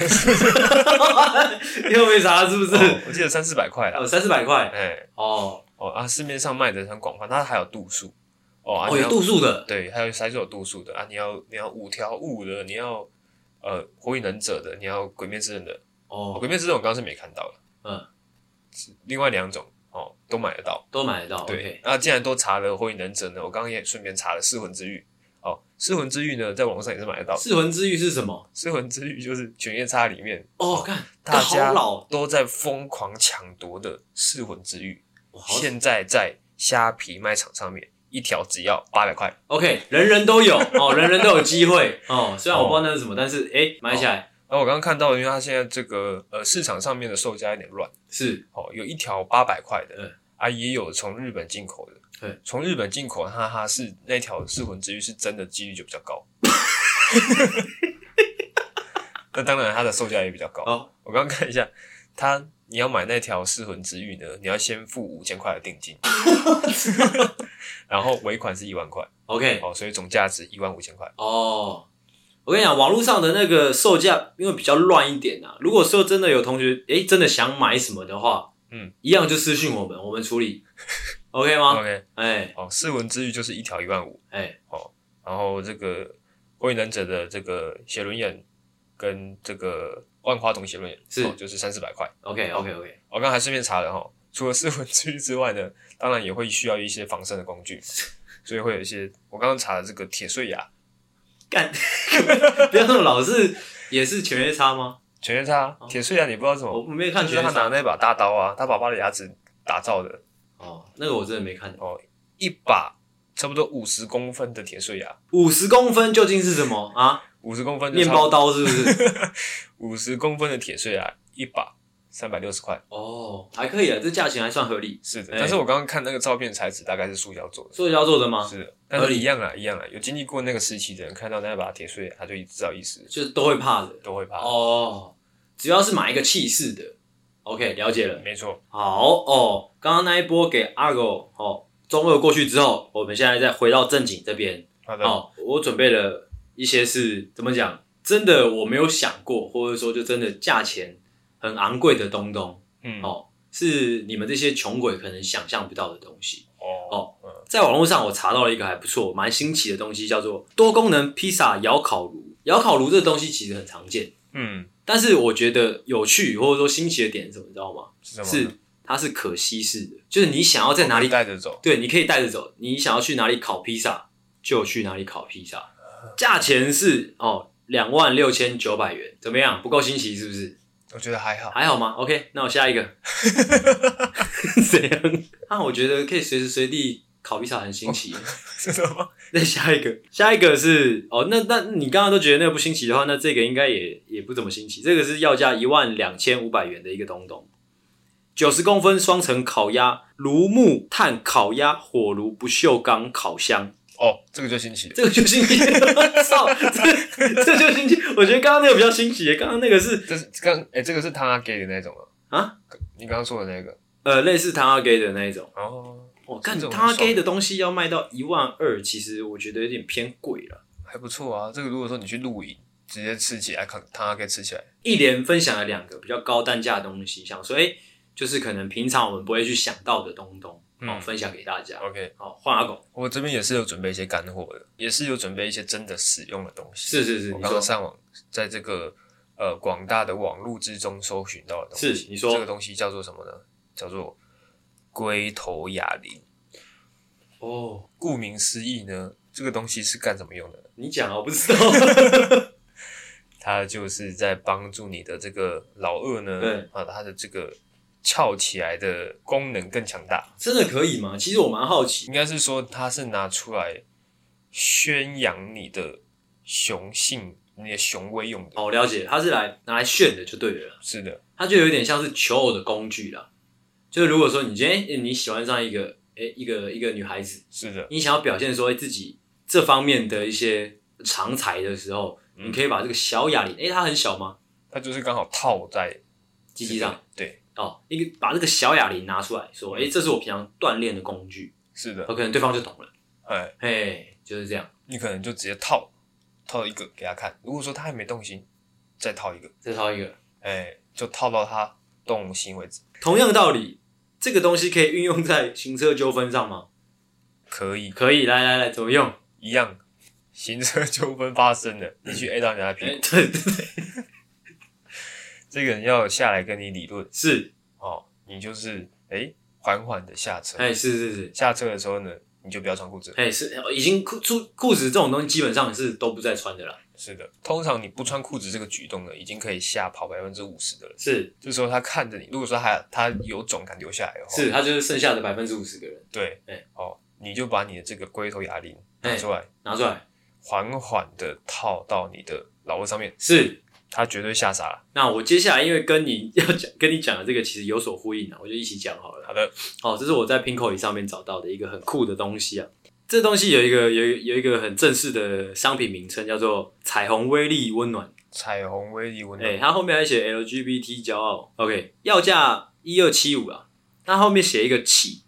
又没啥，是不是？哦我记得三四百块啦，哦，三四百块。哎，哦，哦啊，市面上卖的很广泛，它还有度数，哦，啊哦，你有要度数的。对，还有还是有度数的啊！你要你要五条悟的，你要呃火影忍者的，你要鬼灭之刃的。哦、哦，鬼灭之刃我刚刚是没看到了，嗯，另外两种哦都买得到。都买得到。对哦 OK 那既然都查了火影忍者呢，我刚刚也顺便查了噬魂之玉。哦，噬魂之玉呢，在网络上也是买得到。噬魂之玉是什么？噬魂之玉就是犬夜叉里面哦，看大好家老，都在疯狂抢夺的噬魂之玉，哇好现在在虾皮卖场上面一条只要八百块。 OK，人人都有哦，人人都有机会哦。虽然我不知道那是什么，但是哎，买起来然后我刚刚看到，因为它现在这个呃市场上面的售价有点乱。是哦，有一条八百块的，嗯啊，也有从日本进口的，对，从日本进口的，哈哈，是那条噬魂之玉是真的几率就比较高，那当然它的售价也比较高。哦我刚刚看一下，它你要买那条噬魂之玉呢，你要先付五千块的定金，然后尾款是一万块， OK 哦，所以总价值一万五千块。哦。我跟你讲，网络上的那个售价因为比较乱一点啊。如果说真的有同学哎真的想买什么的话，嗯，一样就私信我们，我们处 理 OK 吗？ OK，哎哦，噬魂之玉就是一条一万五，哎然后这个火影忍者的这个写轮眼跟这个万花筒写轮眼是哦、就是三四百块。 OK OK OK 我刚才顺便查了哈，除了四魂之玉之外呢，当然也会需要一些防身的工具，所以会有一些我刚刚查的这个铁碎牙、干， 不要那么老是也是犬夜叉吗？犬夜叉、铁碎牙，你不知道是什哦我么？我没有看哦就犬是夜他拿叉那把大刀啊，他把爸的牙齿打造的哦，那个我真的没看。哦，一把差不多五十公分的铁碎牙，五十公分究竟是什么啊？五十公分就面包刀是不是？五十公分的铁碎牙一把三百六十块， 哦，还可以啊，这价钱还算合理。是的。哎但是我刚刚看那个照片材质大概是塑胶做的。塑胶做的吗？是的，但是一样啊，一样啊。有经历过那个时期的人，看到那把铁碎，他就知道意思，就是都会怕的。都会怕。哦，只要是买一个气势的，OK，了解了。没错，好哦，刚刚那一波给阿狗哦，中二过去之后，我们现在再回到正经这边。好的，哦，我准备了一些是怎么讲真的我没有想过，或者说就真的价钱很昂贵的东东，嗯哦，是你们这些穷鬼可能想象不到的东西。哦在网络上我查到了一个还不错、蛮新奇的东西，叫做多功能披萨窑烤炉。窑烤炉这东西其实很常见，嗯，但是我觉得有趣或者说新奇的点是什么，你知道吗？是什么？嗯是它是可稀释的，就是你想要在哪里，带着走？对，你可以带着走，你想要去哪里烤披萨就去哪里烤披萨，价钱是哦两万六千九百元，怎么样？不够新奇是不是？我觉得还好。还好吗？OK，那我下一个， 怎样？那、我觉得可以随时随地烤披萨很新奇。是什么？ 那下一个，下一个是哦，那那你刚刚都觉得那个不新奇的话，那这个应该也也不怎么新奇。这个是要价一万两千五百元的一个东东，九十公分双层烤鸭，炉木炭烤鸭，火炉不锈钢烤箱，哦，这个就新奇了。这个就新奇。 操，这这就新奇。我觉得刚刚那个比较新奇，刚刚那个是这是刚哎、这个是他给的那种啊。啊，你刚刚说的那个呃类似唐阿给的那一种。哦，我看这种很唐阿爽给的东西要卖到一万二，其实我觉得有点偏贵了。还不错啊。这个如果说你去露营，直接吃起来，看他给吃起来，一连分享了两个比较高单价的东西，想说，哎、就是可能平常我们不会去想到的东东，嗯哦，分享给大家。 OK。好、换阿狗，我这边也是有准备一些干货的，也是有准备一些真的实用的东西。是是是，我你刚刚说上网在这个呃广大的网络之中搜寻到的东西，是你说这个东西叫做什么呢？叫做龟头哑铃。哦，顾名思义呢，这个东西是干什么用的呢？你讲啊，我不知道。 它就是在帮助你的这个老二呢，对啊，它的这个翘起来的功能更强大。真的可以吗？其实我蛮好奇。应该是说它是拿出来宣扬你的雄性、你的雄威用的。哦，了解，它是来拿来炫的就对了啦，是的，它就有点像是求偶的工具啦。就是如果说你今天、哎诶你喜欢上一个，哎、一个一个女孩子，是的，你想要表现说、哎诶自己这方面的一些长才的时候，嗯你可以把这个小哑铃，哎、它很小吗？它就是刚好套在鸡鸡上。，对，哦，一个把这个小哑铃拿出来说，哎、这是我平常锻炼的工具，是有的，可能对方就懂了，哎，嘿，就是这样，你可能就直接套套一个给他看。如果说他还没动心，再套一个，这是一个。哎，就套到他动心为止。同样道理，这个东西可以运用在行车纠纷上吗？可以，可以，来来来，怎么用？一样，行车纠纷发生了，你去 A 到人家的哎、屁股，对 对对，这个人要下来跟你理论是，哦，你就是哎缓缓的下车哎、，是是是，下车的时候呢，你就不要穿裤子。哎、是，已经裤裤裤子这种东西基本上是都不再穿的啦，是的，通常你不穿裤子这个举动呢，已经可以吓跑百分之五十的人。是这时候他看着你，如果说他他有种敢留下来的话，是，他就是剩下的百分之五十个人对，哎哦，你就把你的这个龟头哑铃拿出来，拿出来，缓缓的套到你的老二上面，是，他绝对吓傻了。那我接下来因为跟你要讲跟你讲的这个其实有所呼应啊，我就一起讲好了。好的，哦，这是我在 Pinkoi 上面找到的一个很酷的东西啊。这东西有一个有一有一个很正式的商品名称，叫做彩虹威力温暖。彩虹威力温哎、暖，它后面还写 LGBT 骄傲。OK，要价一二七五啊，那后面写一个起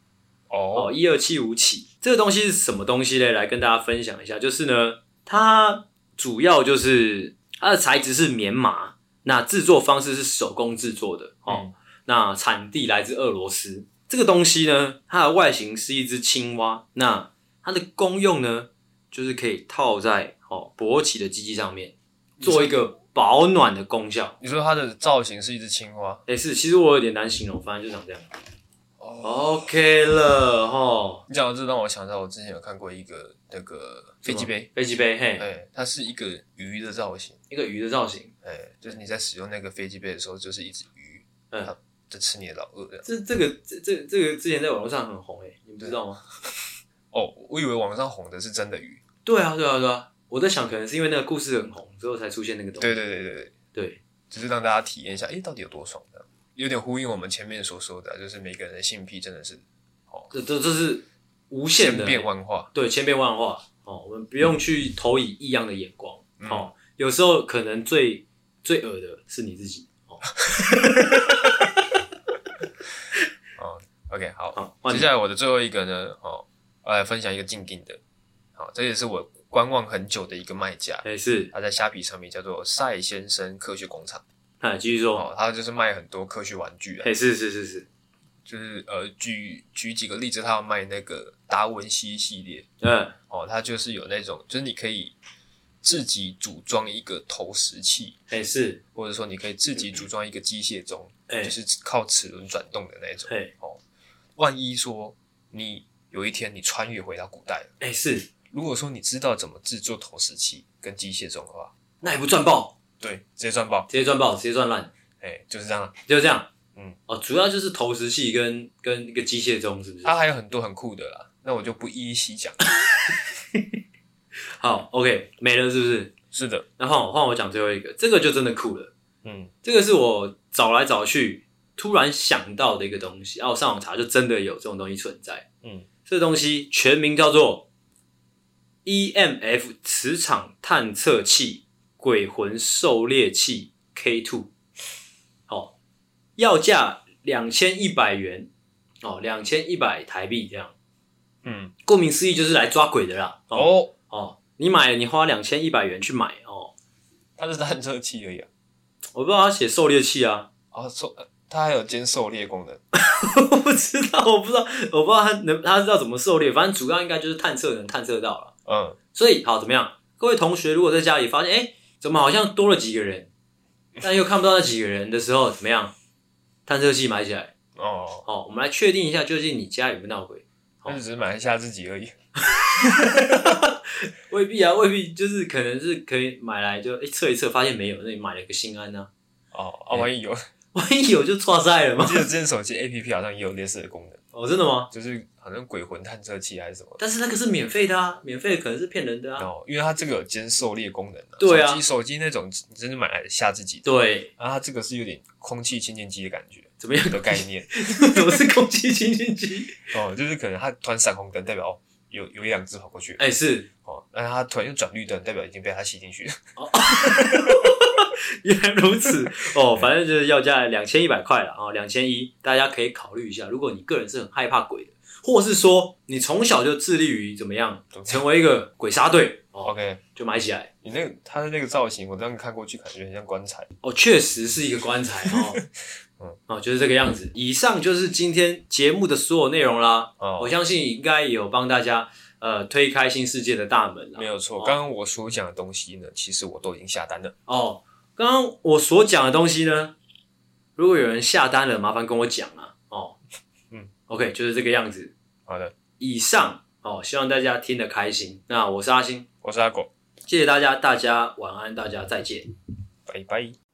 哦，哦，一二七五起。这个东西是什么东西嘞？来跟大家分享一下，就是呢，它主要就是它的材质是棉麻，那制作方式是手工制作的哦。嗯，那产地来自俄罗斯。这个东西呢，它的外形是一只青蛙，那它的功用呢，就是可以套在哦勃起的鸡鸡上面，做一个保暖的功效。你说它的造型是一只青蛙，哦哎、是，其实我有点难形容，反正就长这样。OK 哦了哦吼，你讲到这让我想到我之前有看过一个那个飞机杯，飞机杯，嘿，哎，它是一个鱼的造型，一个鱼的造型。哎，就是你在使用那个飞机杯的时候，就是一只鱼，嗯它在吃你的老二这样。这这个这这这个之前在网络上很红诶、你们知道吗？哦，我以为网上红的是真的鱼，对啊，对啊，对啊。我在想，可能是因为那个故事很红，之后才出现那个东西。对对对对对。对，只是让大家体验一下，诶，到底有多爽的，有点呼应我们前面所说的啊，就是每个人的性癖真的是这这这是无限千的变万化。对，千变万化哦，我们不用去投以异样的眼光嗯哦。有时候可能最最恶的是你自己哦。 OK，好，好，换接你下来我的最后一个呢，哦，我来分享一个静音的，好，这也是我观望很久的一个卖家，哎、是，他在虾皮上面叫做赛先生科学工厂那你继续说，哦，他就是卖很多科学玩具啊哎、，是是是是，就是呃举举几个例子，他要卖那个达文西系列嗯，哦，它就是有那种就是你可以自己组装一个投石器，哎、是，或者说你可以自己组装一个机械钟，哎、就是靠齿轮转动的那种。哎万一说你有一天你穿越回到古代了，哎、是，如果说你知道怎么制作投石器跟机械钟的话，那也不赚爆，对，直接赚爆，直接赚爆，直接赚烂，哎、就是这样啊。就这样。嗯，哦，主要就是投石器跟跟一个机械钟，是不是？它还有很多很酷的啦，那我就不一一细讲。好，OK，没了，是不是？是的，那换我换我讲最后一个，这个就真的酷了，嗯，这个是我找来找去突然想到的一个东西，啊，我上网查就真的有这种东西存在，嗯，这东西全名叫做 EMF 磁场探测器鬼魂狩猎器 K Two，哦，要价两千一百元，哦，两千一百台币这样，嗯，顾名思义就是来抓鬼的啦，哦哦，哦，你买了你花两千一百元去买哦。它是探测器而已啊。我不知道他写狩猎器啊， 哦，狩，它还有兼狩猎功能。我不知道，我不知道，我不知道他能他知道怎么狩猎，反正主要应该就是探测能探测到了。嗯，所以好怎么样？各位同学，如果在家里发现，哎、怎么好像多了几个人，但又看不到那几个人的时候，怎么样？探测器买起来，哦，哦，我们来确定一下，究竟你家有没有闹鬼？它就只是买一下自己而已。未必啊，未必，就是可能是可以买来就哎测、一测，发现没有，那你买了个心安呐、哦，啊，万一有，我万一有就错赛了嘛。记得之前手机 APP 好像也有类似的功能，哦，真的吗？就是好像鬼魂探测器还是什么的。但是那个是免费的啊，免费的可能是骗人的啊。哦，因为它这个有兼狩猎功能、啊，对啊手机手机那种你真的买来吓自己的，对，啊，它这个是有点空气清净机的感觉怎么样？ 的概念， 我是空气清新机。哦，就是可能它突然闪红灯，代表哦有有一两只跑过去，哎、是，哦，那它突然又转绿灯，代表已经被它吸进去了。 原来如此哦。反正就是要价两千一百块了啊，两千一，大家可以考虑一下。如果你个人是很害怕鬼的，或是说你从小就致力于怎么样怎么样成为一个鬼杀队哦， OK，就买起来你那个它的那个造型，我这样看过去感觉很像棺材。哦，确实是一个棺材哦 嗯。哦，就是这个样子。以上就是今天节目的所有内容啦。我哦，相信应该有帮大家呃推开新世界的大门啦没。有错，哦刚刚我所讲的东西呢，其实我都已经下单了。哦，刚刚我所讲的东西呢，如果有人下单了，麻烦跟我讲啊。哦，嗯，OK，就是这个样子。好的，以上哦，希望大家听得开心。那我是阿星，我是阿狗，谢谢大家，大家晚安，大家再见。拜拜。